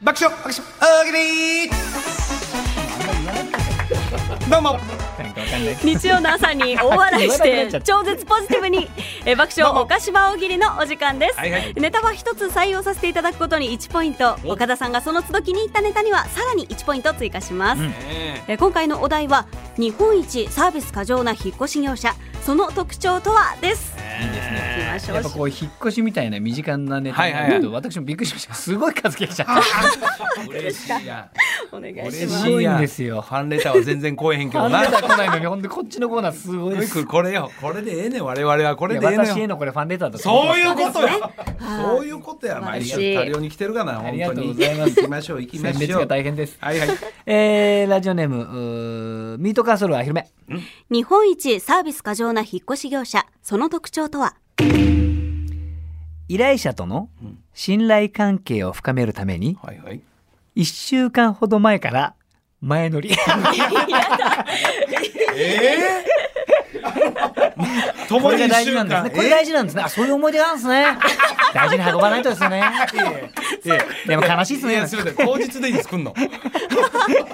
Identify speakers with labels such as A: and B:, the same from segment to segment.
A: 爆笑拍手大喜利どうも
B: なんかわかんない。
C: 日曜の朝に大笑い し
B: 言わなくなっちゃ
C: て
B: った
C: 超絶ポジティブにえー爆笑おかしば大喜利のお時間です、
A: はいはい
C: ネタは一つ採用させていただくことに1ポイント
B: お
C: 岡田さんがその都度気に入ったネタにはさらに1ポイント追加します、
B: うん
C: えー今回のお題は日本一サービス過剰な引っ越し業者その特徴とはです
B: いいですね。
C: 行きましょ
B: やっぱこ
C: う
B: う引っ越しみたいな身近なネタ
A: はい
B: に
A: はい
B: なると、私もびっくりしました。すごい数来ちゃった。
A: 嬉しいや
C: お願いし
A: 嬉
C: ます
A: し
B: すご
A: い
B: い
A: や
B: んですよ
A: ファンレターは全然来えへんけど
B: あん
A: な
B: なた来ないのに、ほんでこっちのコーナーすごいです。い
A: これよこれでええねん我々はこれ
B: や
A: でええね
B: 私へ
A: ん
B: のこれファンレターだと。
A: そういうこと
C: そう
A: よ
C: はい
A: そういうことや毎
C: 素晴
A: 週
C: らしい
A: 多量に来てるがな
B: あ
A: 本
B: り
A: 当
B: がとう
A: に
B: ございます
A: 行きましょう行きま
B: 選
A: し
B: 別
A: ょ
B: が
A: う
B: 大変です。
A: はいはい
B: えー、ラジオネームうーミートカーソルはひるめ。
C: 日本一サービス過剰な引っ越し業者その特徴とは
B: 依頼者との信頼関係を深めるために
A: はいはい
B: 1週間ほど前から前乗り
A: ええ
B: こ
A: 共
B: れ
A: に
B: が
A: 一
B: 大
A: 週
B: 事なんで
A: 間
B: すねこれ大事なんですねあそういう思い出なんですね大事に運ば ないとですよねでも悲しいです
A: い
B: ね
A: やすみません当日でいいです来 んの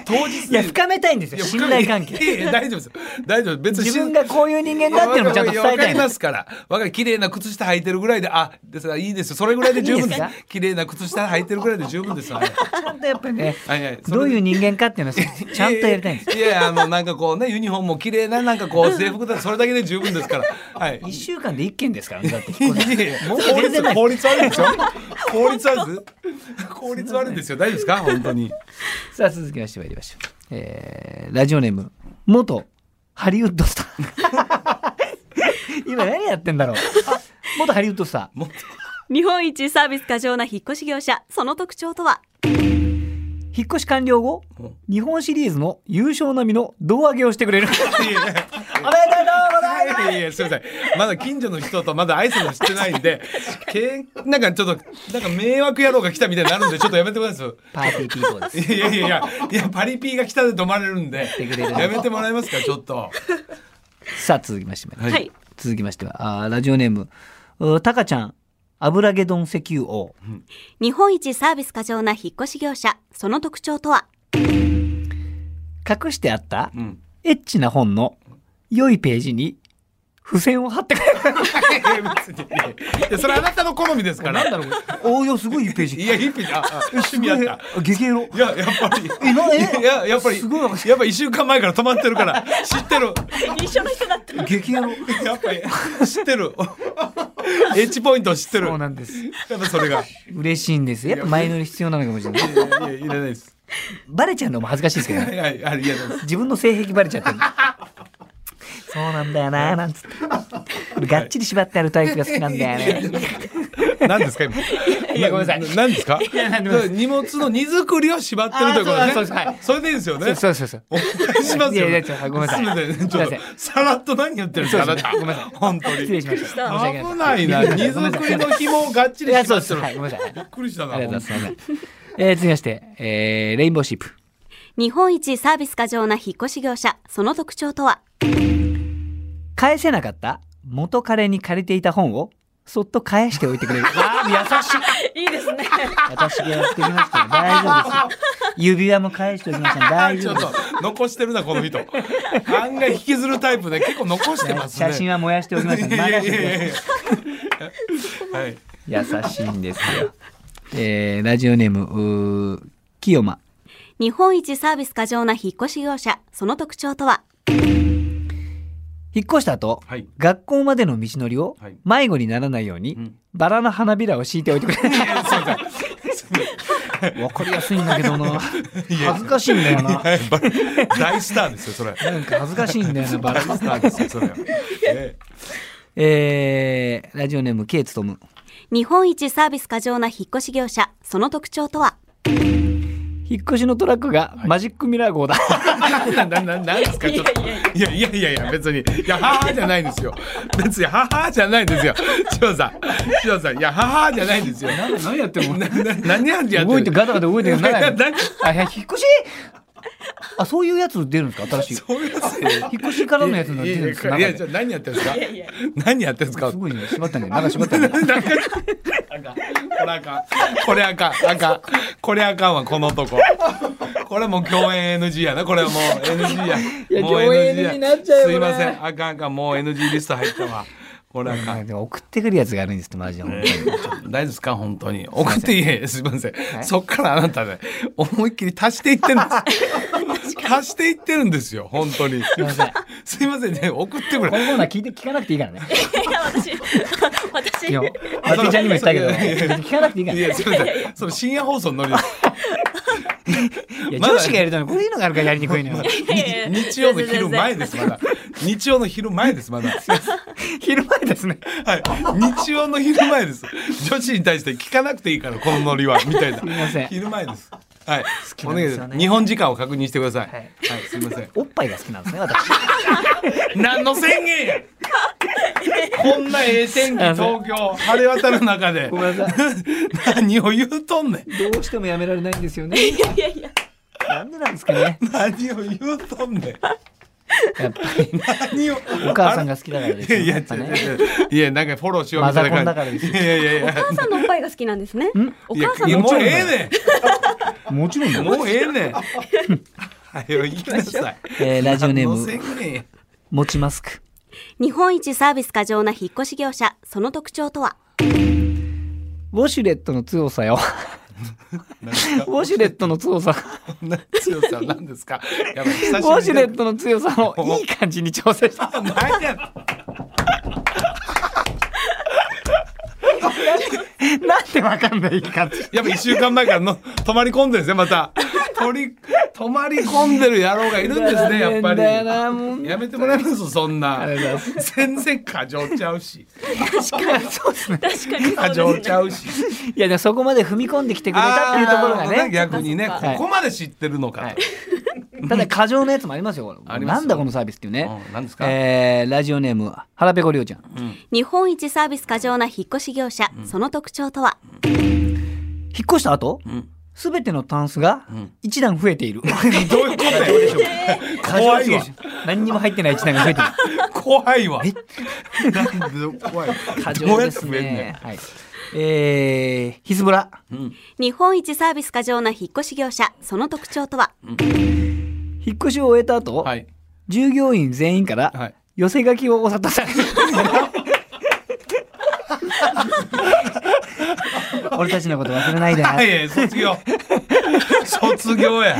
A: 当日
B: い
A: で
B: や
A: いいです
B: 深めたいんですよ信頼関係
A: 係大丈夫です大丈夫別に
B: 自分がこういう人間だっていうのもちゃんと伝え
A: わか
B: たい
A: り
B: んで
A: ますすから。わかる。綺麗な靴下履いてるぐらいで、あ、ですからいいですよ。それぐらいで十分で
B: い
A: す
B: いです。
A: 綺麗な靴下履いてるぐらいで十分ですよ。はい
B: ちゃんとやっぱりね
A: はいはい。
B: どういう
A: う
B: 人間かっていうのをちゃんとやりたいんです
A: す。いやいやあのなんかこうねユニフォームも綺麗ななんか こう制服だそれだけで十分ですから。はい。
B: 1週間で1件ですからねだって
A: い やいやいや
B: もう
A: 効
B: 全然な
A: 率
B: い
A: 効率悪いでしょ。効率悪い。効率悪いですよ。大丈夫ですか本当に。
B: さあ続きまして参りましょう、えーラジオネーム元ハリウッドスタ ー今何やってんだろうあ元ハリウッドスター
A: もっ
C: 日本一サービス過剰な引っ越し業者その特徴とは
B: 引っ越し完了後
A: と。
B: 日本シリーズの優勝並みの胴上げをしてく れる
A: いやいや
B: おめでとうございます
A: いやいやすみませんまだ近所の人とまだ挨拶もしてないんでけんなんかちょっとなんか迷惑野郎が来たみたいになるんでちょっとやめてください
B: パーティーピーポーです
A: いやいやいやいやパリピーが来たで止まれるんで
B: てくれる
A: やめてもらえますかちょっと
B: さあ続きまして参り
A: は
B: ましょう
A: い
C: はい
B: 続きましてはあーラジオネームうータカちゃん油揚げ丼石油王
C: 日本一サービス過剰な引っ越し業者その特徴とは
B: 隠してあった
A: うん
B: エッチな本の良いページに付箋を貼ってくれる
A: いや別にいやいやそれあなたの好みですから
B: なんだろうこれおおよすごいいいページ
A: いやヒッピーああ趣味あった
B: たゲゲロ
A: いややっぱり
B: えなえ
A: いややっぱり
B: すごいわ
A: やっぱ一週間前から止まってるから知ってる
C: 一緒の人だった
B: 激エロ
A: やっぱり知ってる H ポイント知ってる
B: そうなんです
A: やっぱそれが。
B: 嬉しいんですやっぱ前乗り必要なのかもしれない
A: いやいやいらないです。
B: バレちゃうのも恥ずかしいですけど
A: は
B: ね
A: いはいありがとうございます。
B: 自分の性癖バレちゃってるそうなんだよななんつって俺がっちり縛ってあるタイプが好きなんだよね
A: 何ですか今。い
B: やごめんなさい
A: 何ですか。
B: 何でもないです
A: 荷物の荷造りを縛ってるということ
B: あ
A: ね。
B: そうですはい
A: それでいいですよね。
B: そうそうそう
A: お願いしますよ。
B: いやいやちょっとごめんなさい
A: すみません。ちょっ
B: す
A: と
B: いま
A: さらっと何言ってるんですか。
B: そうですね
A: あなた
B: ごめんなさい
A: 本当に。
B: 失礼しました申し
A: 危
B: 訳ない
A: ないな。荷造りの紐をがっち
B: い
A: り
B: や
A: 縛
B: そうで
A: っ
B: す
A: てる。
B: はいごめんなさい
A: びっくりしたな。
B: ありがとうござい
A: 本
B: ますすいませんえー続きましてえーレインボーシープ
C: 日本一サービス過剰な引っ越し業者その特徴とは
B: 返せなかった元彼に借りていた本をそっと返しておいて くれるあー優しい
C: いいですね
B: 私がやってきましたよ大丈夫ですよ指輪も返しておきましたんで
A: 当
B: 大
A: にち
B: 丈
A: ょ
B: 夫
A: っ
B: です
A: と残してるなこの人。案外引きずるタイプで結構残してますね。
B: 写真は燃やしておきましたん
A: い
B: で
A: や
B: 任
A: い
B: せてく
A: や
B: だ
A: いやいや。はい。
B: さい優しいんですよ、えーラジオネームうー清間
C: 日本一サービス過剰な引っ越し業者その特徴とは
B: 引っ越した後、
A: はい
B: 学校までの道のりを
A: はい
B: 迷子にならないように、
A: ん
B: バラの花びらを敷いて おいてくれ
A: いやすいません。
B: わかりやすいんだけどな恥ずかしいんだよな
A: はいバラ大スターですよそれ。
B: なんか恥ずかしいんだよな バ
A: バラ
B: ラ
A: スターですよそれは。え
B: えーラジオネーム K つとむ
C: 日本一サービス過剰な引っ越し業者その特徴とは
B: 引っ越しのトラックがマジックミラー号だ、
A: えななななんですかちょっと。いやいやいやいや別にいやははじゃないんですよ。別にははじゃないんですよ。千代さん千代さんいやははじゃないんですよ。な
B: 何やっても
A: な何やってんの
B: 動いてガタガタ動いてる
A: いや
B: ない
A: 何
B: あいや引っ越しあそういうやつ出るんですか新しい
A: そういうやつで
B: 引っ越しからのやつが出るんですか
A: いや
B: 中
A: いや
B: で
A: 何やってんですか
D: いやいや
A: 何やってんですか
B: すごいね縛ったねなんか縛った ね
A: なんかこれあかんこれあかんあかんこれあかんわこの男これもう共演 NG やなこれはもう NG や
D: や
A: もう
D: 共演 NG になっちゃうよ
A: すいませ
D: こ
A: んあかんあかんもう NG リスト入ったわこれあかん
B: でも送ってくるやつがあるんですっ てマジで本当に
A: 大丈夫ですか本当に送っていえすいません
B: い
A: そっからあなたね思いっきり足していってるんです足していってるんですよ本当に
B: すいません
A: すいませんね送ってく
B: こ
A: れ
B: のコーナー聞いて聞かなくていいからね
D: いや私
B: い
D: 私
B: やあつきちゃんにも言ったけど 聞かなくていいか
A: い
B: らね
A: やすいませんその深夜放送のノリです
B: いや
A: まだ
B: 女子がやるとねこういうのがあるからやりにくいのよ
A: に日曜の昼前ですまだ日曜の昼前ですまだ
B: 昼前ですね
A: はい日曜の昼前です女子に対して聞かなくていいからこのノリはみたいなす
B: いません
A: 昼前ですはい
B: き
A: お
B: なん
A: 願い
B: で
A: し
B: すよね
A: ます日本時間を確認してください
B: は
A: はいいすいません
B: おっぱいが好きなんですね私
A: 何の宣言やこんなええ天気東京晴れ渡る中で
B: ごめんなさい
A: 何を言うとんねん
B: どうしてもやめられないんですよね
D: いやいや
B: なんでなんですかね
A: 何を言うとんねん
B: やっぱり
A: 何を
B: お母さんが好きだからです
A: いや
B: よ
A: いや
B: や
A: 違
B: っぱ
A: う
B: ね
A: 違う違ういやなんかフォローしようみたいな
B: マザコンだから
A: 感
B: です
A: じ
B: よ
A: いやいやいや
C: お母さんのおっぱいが好きなんですねお
A: いや
C: 母さん
A: いや
C: の
A: もうええねん
B: もちろんだよ
A: もうええねん。はい、行きなさい。
B: えーラジオネー
A: あの宣
B: ム
A: 言や
B: もちマスク
C: 日本一サービス過剰な引っ越し業者その特徴とは
B: ウォシュレットの強さよ ウォシュレットの強さ
A: こんな強さなんですか。やっぱ
B: ウ
A: 久
B: ォ
A: し
B: シュ
A: ぶ
B: レ
A: り
B: ットの強さ をいい感じに調整した
A: だ。何や。
B: なんでわかんない感じ
A: やっぱ一週間前からの泊まり込んでるんですね。また。取り泊まり込んでる野郎がいるんですね。やっぱり。
B: 残念だよなもう
A: やめてもらいますそんな
B: ありがとうご。
A: 全然過剰ちゃうし、
B: そうですね
D: 確かに
A: 過
D: そう
A: 剰
D: です
A: ち
D: ね
A: ゃうし。
B: いやでもそこまで踏み込んできてくれたっていうところが
A: あーな
B: ね
A: 逆にね、
D: そ
A: こ
D: っ
B: か
A: こまで知ってるのかと。
B: はい ただ過剰なやつもありますよ
A: ありますよ
B: なんだこのサービスっていうね、
A: うん何ですか。
B: えーラジオネームはらぺこりょうちゃん
C: 日本一サービス過剰な引っ越し業者その特徴とは
B: 引っ越した後
A: うん
B: すべてのタンスが
A: ん
B: 一段増え ている
A: どういうことや。怖いわ。
B: 何にも入ってない一段が増えている
A: 怖いわ。なんで怖い。
B: 過
A: ど
B: 剰
A: うやっ
B: で
A: て
B: す
A: 増えんね
B: ね。はい。えー、ヒズボラ。
A: ん。うん
C: 日本一サービス過剰な引っ越し業者その特徴とは
B: 引っ越しを終えた後、
A: はい。
B: 従業員全員から、
A: はい
B: 寄せ書きをお沙 汰される。俺たちのこと忘れないでな。
A: はいやいや、卒業。卒業や。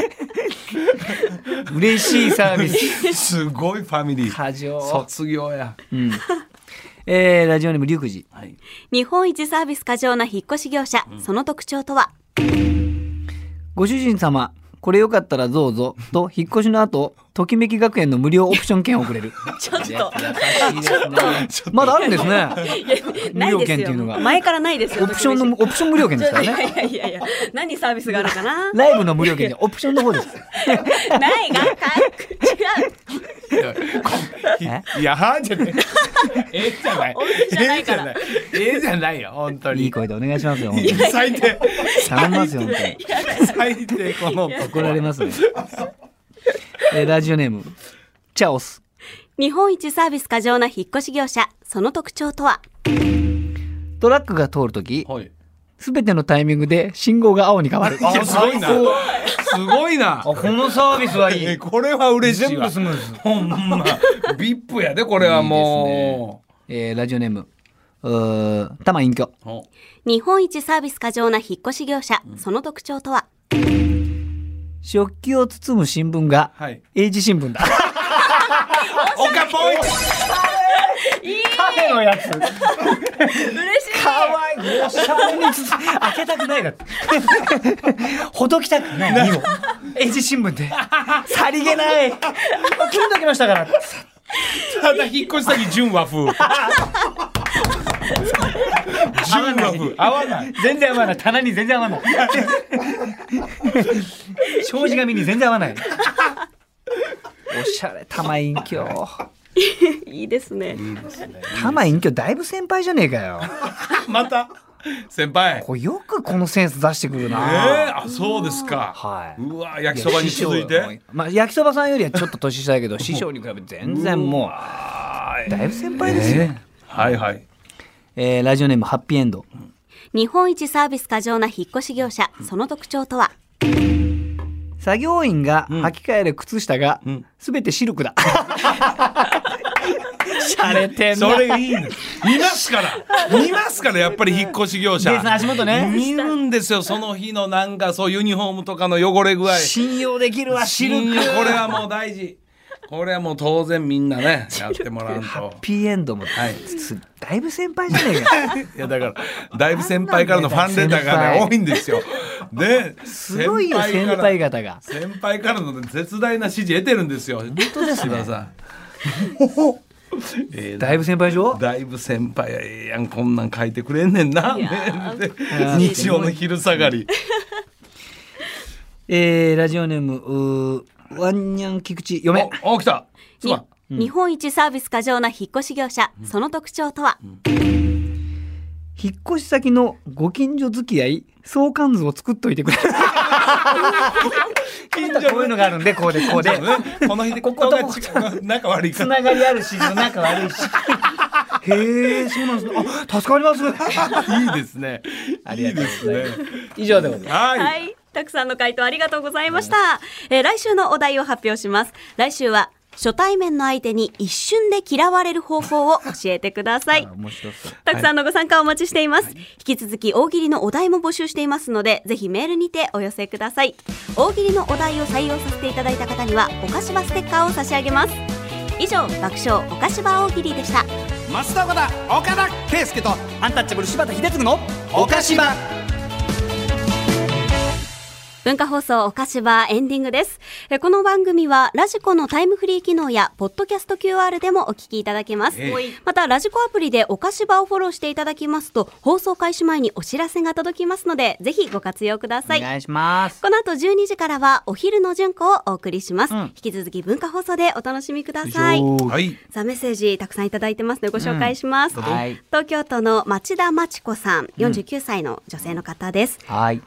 B: 嬉しいサービス。
A: すごいファミリー。
B: 過剰。
A: 卒業や。
B: うん。えー、ラジオネームリュウクジ。
A: はい。
C: 日本一サービス過剰な引っ越し業者その特徴とは
B: ご主人様、これよかったらどうぞと引っ越しの後、ときめき学園の無料オプション券をくれる。
D: ちょっと
B: まだあるんですね。
D: ない
B: 無料
D: ですよ
B: 券っていうのが
D: 前からないですよ
B: オプションのオプション無料券ですから
D: いや
B: ね。
D: いやいやいや何サービスがあるか な
B: ライブの無料券じゃオプションの方です。
D: ないがか違う
A: いやこいや、はーじゃねえ。ええじゃない。
D: じゃないから
A: ええじゃない。ええじゃないよ、本当
B: いい
A: に。
B: 声でお願いしますよ。本当に
A: 最低。
B: 頼みますよ本当に。
A: 最低、この男。
B: 怒られますね。えーラジオネームチャオス。
C: 日本一サービス過剰な引っ越し業者その特徴とは
B: トラックが通るとき、
A: はい。
B: すべてのタイミングで信号が青に変わる。
A: あ、すごいな。すごいな。
B: のサービスは
A: え。これは嬉しいわ。
B: ムーズ。
A: ほんま。 ビップやで、これはも
B: えーラジオネームうータマ隠居。
A: う。ほ
C: 日本一サービス過剰な引っ越し業者その特徴とは
B: 食器を包む新聞が
A: はい
B: 英字新聞だ。
A: オカポイント
B: カフェのやつ。
D: 嬉しい
B: かわいい。おしゃれに包む開けたくないだって。ほどきたくない。にも。英字新聞で。さりげない。金だけましたから。
A: ただ引っ越し先純和風。純和風 合わない。
B: 全然合わない棚に全然合わない障子紙に全然合わないおしゃれ玉隠居
C: いいですね
B: 玉隠居だいぶ先輩じゃねえかよ
A: また先輩
B: これよくこのセンス出してくる
A: え
B: な、
A: ー、あそうですか、
B: はいう
A: わ焼きそばに続い
B: や師
A: て
B: 匠まあ、焼きそばさんよりはちょっと年下だけ ど師匠に比べて全然もうだいぶ先輩ですよ、え
A: はいはい
B: ーラジオネームハッピーエンド
C: 日本一サービス過剰な引っ越し業者その特徴とは
B: 作業員が履き替える靴下が
A: ん
B: すべてシル クだ。しゃれてん
A: そ
B: な。
A: れいいの見ますから見ますからやっぱり引っ越し業者
B: ベースの足元ね
A: 見るんですよその日のなんかそうユニフォームとかの汚れ具合
B: 信用できるわシル
A: うん
B: ク。
A: これはもう大事これはもう当然みんなねやってもらう
B: ハ
A: と
B: ッピーエンドも、
A: はい
B: つだいぶ先輩じゃねえか。
A: いやだからだいぶ先輩からのファンレターがね
B: 先輩
A: 多いんですよです
B: ごいよ 先輩方が。
A: 先輩からの絶大な支持得てるんですよ本当ですねさ んえー
B: だいぶ先輩でしょ。
A: だいぶ先輩やええやんこんなん書いてくれんねんなメ
D: や
A: ールで
B: やー
A: 日曜の昼下がり
B: えー、ラジオネームうーワンニャン菊池嫁。
A: おお来たすまん
C: に日本一サービス過剰な引っ越し業者その特徴とは
B: 引っ越し先のご近所付き合い相関図を作っといてくれ。
A: 近
B: こういうのがあるんでこうでこうで。
A: ねこの 日でここが近く仲悪い
B: つ
A: から
B: ながりあるし仲悪いしへえそうなんですねあ助かります
A: いいですね
B: ありがとうございます
A: いいで
B: 以上でございます
A: ねはい、
C: はい、たくさんの回答ありがとうございました。えー来週のお題を発表します。来週は初対面の相手に一瞬で嫌われる方法を教えてください。
B: 面白そう
C: たくさんのご参加お待ちしています、引き続き大喜利のお題も募集していますのでぜひメールにてお寄せください大喜利のお題を採用させていただいた方にはお菓子場ステッカーを差し上げます以上爆笑お菓子場大喜利でした
B: 松田岡田岡田圭介とアンタッチャブル柴田秀嗣の岡島
C: 文化放送お菓子場エンディングです。えこの番組はラジコのタイムフリー機能やポッドキャスト QR でもお聞きいただけます。
A: ええ
C: またラジコアプリでお菓子場をフォローしていただきますと放送開始前にお知らせが届きますのでぜひご活用くださ
B: お
C: い。
B: 願いします
C: この後12時からはお昼の順子をお送りします。
B: うん
C: 引き続き文化放送でお楽しみください。
A: はい
C: さあメッセージたくさんいただいてますのでご紹介します。
B: うんはい
C: 東京都の町田真知子さん49歳の女性の方です。
B: はい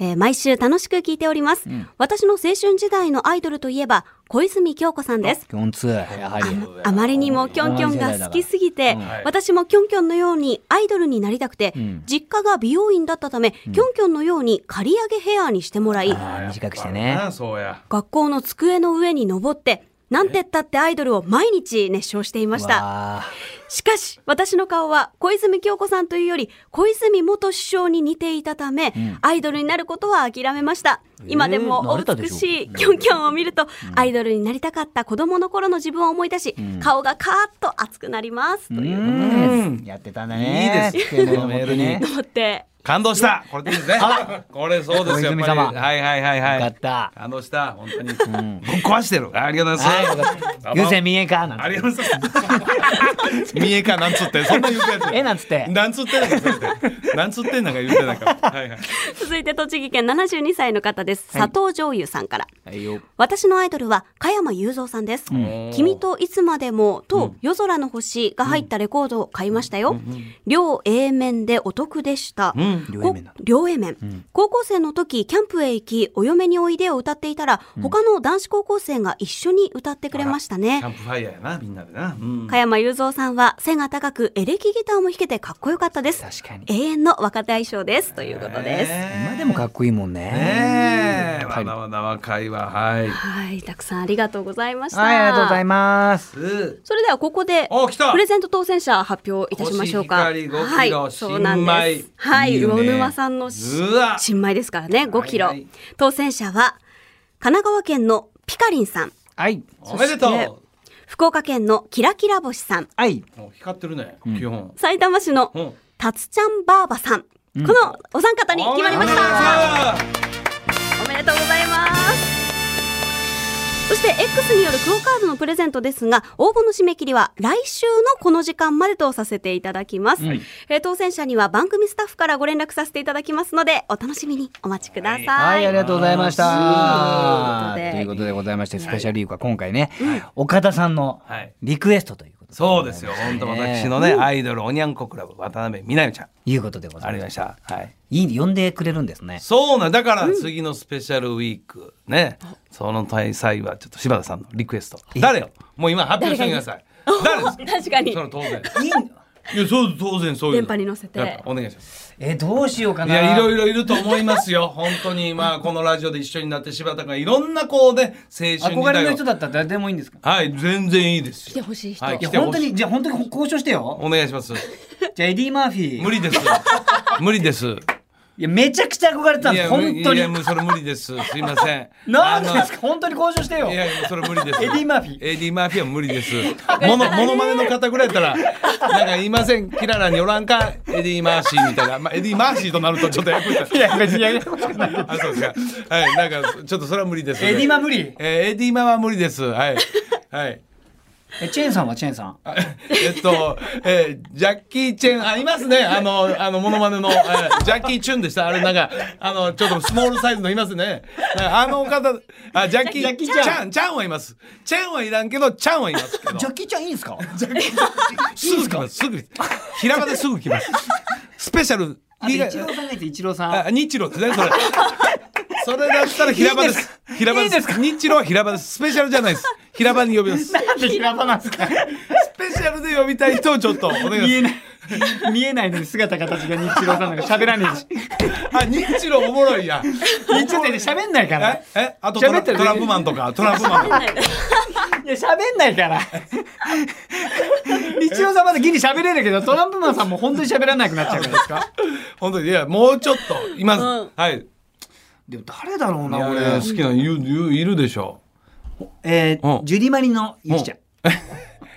C: えー毎週楽しく聞いております、私の青春時代のアイドルといえば小泉京子さんです
B: きょんつやはり
C: あまりにもキョンキョンが好きすぎて、
B: うん
A: はい
C: 私もキョンキョンのようにアイドルになりたくて、
B: うん
C: 実家が美容院だったため、キョンキョンのように刈り上げヘアにしてもらい、
B: あー短くしてね
A: あーそうや
C: 学校の机の上に登って、なんてったってアイドルを毎日熱唱していました。
B: わあ
C: しかし、私の顔は小泉京子さんというより、小泉元首相に似ていたため、
B: ん
C: アイドルになることは諦めました。今でも
B: えー慣れ
C: お
B: たで
C: 美
B: しょ
C: しいキョンキョンを見ると、アイドルになりたかった子供の頃の自分を思い出し、顔がカーッと熱くなります。と
B: う
C: いうこ
B: んやってたんだね
A: いいです
B: 机の上でね
C: とで、
A: 感動したこれでいいですねこれそうですよ
B: 小泉
A: やっぱり
B: 様
A: はいはいはいはい
B: よかった
A: 感動した本当に、ぶっ壊してるありがとうござ
B: はいいよ
A: ます
B: かった優先見えんかなん
A: あ
B: て
A: りがとうございます。見えかなんつって、そんな言うてやつ。
B: えなんつって
A: なんつってなんか言うて、なんつってなんか言うてなんか。はいはい。
C: 続いて栃木県72歳の方です。佐藤醤油さんから。
B: はいよ
C: 私のアイドルは加山雄三さんです、君といつまでもと夜空の星が入ったレコードを買いましたよ、両 A 面でお得でした、
B: 両 A
C: こ
B: 面だ
C: 両 A 面高校生の時キャンプへ行きお嫁においでを歌っていたら、他の男子高校生が一緒に歌ってくれました
A: キ
C: ね
A: ャンプファイヤーやな、みんなでな。うん。
C: 加山雄三さんは背が高くエレキギターも弾けてかっこよかったです
B: 確かに
C: 永遠の若大将ですということです、
B: 今でもかっこいいもんね
A: ねえ、
B: ぱ
A: ま
B: り
A: だまだ若いわ。はい。
C: はいたくさんありがとうございました、
B: はいありがとうございます
A: す
C: それではここで
A: お、来た
C: プレゼント当選者発表いたしましょうか。
A: コシヒカリ5
C: は
A: キロ
C: い、そうなんで
A: 新米
C: す。はい、
A: いいよね
C: 魚沼さんのし
A: うわ
C: 新米ですからね、5キロ。
A: はいはい
C: 当選者は神奈川県のピカリンさん、
B: はい
A: おめでと
C: そして
A: う
C: 福岡県のキラキラ星さん、
B: はい
A: お。光ってるね、基本。
C: 埼玉市の
A: うん。
C: たつちゃんばあばさん。このお三方に決まりました。おめでとうございます。そして X によるクオカードのプレゼントですが、応募の締め切りは来週のこの時間までとさせていただきます。えー当選者には番組スタッフからご連絡させていただきますので、お楽しみにお待ちください。
B: はい、ありがとうございました。
C: と
B: と
C: い
B: いうう
C: こ
B: ことでございまして、スペシャルウィークは今回ね、岡田さんの
A: はい
B: リクエストということこと
A: そうですよ。本当私のね、アイドルおにゃんこクラブ渡辺美奈美ちゃん。
B: いうことでござ
A: あ
B: い
A: り
B: ま
A: ました。はい。
B: す。いい呼んでくれるんですね。
A: そうなんだから次のスペシャルウィークね、その大祭はちょっと柴田さんのリクエスト。誰よ。もう今発表してください。誰ですか。
C: 確かに
A: その当然。いやそう当然そういうの。
E: 電波に乗せて
A: やっぱお願いします。
B: えどうしようか
A: い
B: な。
A: やいろいろいると思いますよ。本当にまあこのラジオで一緒になって柴田がいろんなこうね青春時代を
B: 憧れの人だったら誰でもいいんですか。
A: はい全然いいですよ。
E: 来てほしい人
A: はい
B: いや
A: 来てほ
B: 本当
A: しい。
B: にじゃあ本当に交渉してよ。
A: お願いします。
B: じゃあエディマーフィー。
A: 無理です。無理です。
B: いやめちゃくちゃ憧れてたん
A: い
B: です
A: や
B: 本当
A: い
B: に
A: や。もうそれ無理です。すいません。
B: なんでですか本当に交渉してよ
A: い。やいやそれ無理です。
B: エディマーフィー
A: エディマーフィーは無理です。モノモノマネの方ぐらいだったらなんか言いません。キララにおらんかエディマーシーみたいな。まあエディマーシーとなるとちょっとややこしい。
B: いやいやいやいや欲しくない
A: あそうですか。はいなんかちょっとそれは無理です。
B: エディマ無理。
A: えーエディマは無理です。はいはい。
B: えチェーンさんはチェーンさん。
A: あ えっと、えージャッキー・チェン、あ、いますね。あの、あの、モノマネの、えージャッキー・チュン でした。あれ、なんか、あの、ちょっとスモールサイズのいますね。あの方、あ、ジャッキー、
B: ジャッキー
A: チ
B: チ
A: ャ
B: ャン
A: ン、チャンはいます。チェンはいらんけど、チャンはいますけど
B: ジ。ャッキーちゃんいいんですか。
A: すぐ来ます、すぐ。平場ですぐ来ます。スペシャル、
B: あとイチローさんがいてイチローさん。
A: あ、日露ですね、それ。それだったら平場です。平場
B: いいです
A: 日露は平場です。スペシャルじゃないです。平場に呼びます。ス
B: なんで平場なんですか。
A: ペシャルで呼びたい人をちょっとお願いします
B: 見。えない。見えないのに姿形が日露さんなんか喋らねえし。
A: あ、ニッチロおもろいやん。
B: 日露って喋んないから
A: え。、え、あとト
B: 喋
A: ラ
B: ってる
A: トランプマンとか、トランプマンと か。
B: いや、喋んないから。日露さんまだギリ喋れるけど、トランプマンさんも本当に喋らなくなっちゃうからですか。
A: 本当に、いや、もうちょっと、います。はい。
B: でも誰だろうな、
A: いやいや
B: 俺。
A: 好きなのいる、いるいるでしょ
B: えー
A: うん
B: ジュディマリのゆきちゃん。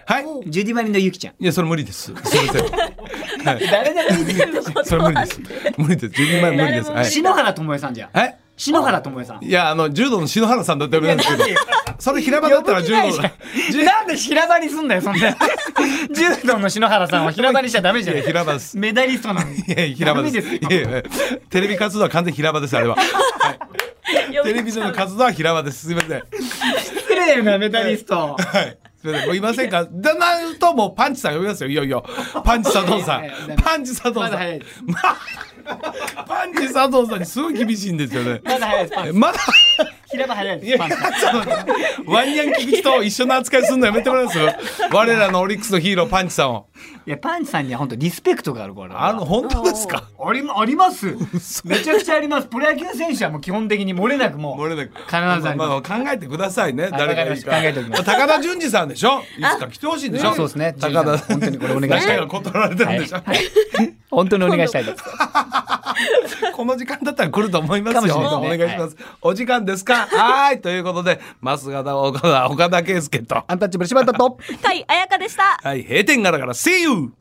A: はい。
B: ジュディマリのゆきちゃん。
A: いや、それ無理です。すいま せん。はい。
B: 誰でもいいです。
A: それ無理です。無理です。自分前無理です。はい。
B: 篠原ともえさんじゃん。
A: え
B: 篠原ともえさん。
A: いや、あの、柔道の篠原さんだって呼びなんですけど、それ平場だったら柔
B: 呼ぶ気
A: 道
B: ないなんで平場にすんだよ、そんな。 柔道の篠原さんは平場にしちゃダメじゃん。
A: いや平場です
B: メダリストなのに。
A: いやいや平場です。
B: ダメ
A: い
B: です
A: や
B: よ
A: いやテレビ活動は完全に平場です、あれは。はいテレビ上の活動は平場です。すいません。
B: 失礼な、メダリスト。
A: はい。すみません、もういませんか。だなるともうパンチさん呼びますよ。いよいよ。パンチ佐藤さ
B: いやいやい
A: ん。
B: や
A: パンチ佐藤さ
B: ま
A: ん。
B: だ早いです。
A: まあ パンチ佐藤さんにすごい厳しいんですよね。
B: まだ早いです。パンツ
A: まだ。
B: 平場早い
A: い
B: で
A: や
B: す。
A: い
B: パ
A: や
B: ンツ
A: ちょっと待ってワンニャン菊池と一緒の扱いするのやめてもらえます我らのオリックスのヒーローパンチさんを。
B: いや、パンチさんには本当リスペクトがあるから。
A: あの、本当ですか。
B: ありまありますめちゃくちゃありますプロ野球選手はもう基本的に漏れなくもう
A: 俺だけ
B: 必ずあります
A: まあまあ考えてくださいね。
B: はい
A: 誰がいいか。
B: 考えておきます
A: まあ高田純次さんでしょ。いつか来てほしいんでしょ。
B: そうですね
A: 高田。
B: 本当にこれお願い
A: 確
B: した
A: か
B: い
A: に断られてるんでしょ。
B: 本当にお願いしたいです
A: この時間だったら来ると思います
B: かもし
A: よ。
B: れ
A: お
B: な
A: 願
B: い
A: い
B: ですね
A: します。お時間ですか。はーい。ということで、増形岡田、岡田圭介と、
B: アンタッチャブル柴田と
C: たいあやかでした
A: はい、閉店ガラガラ、See you!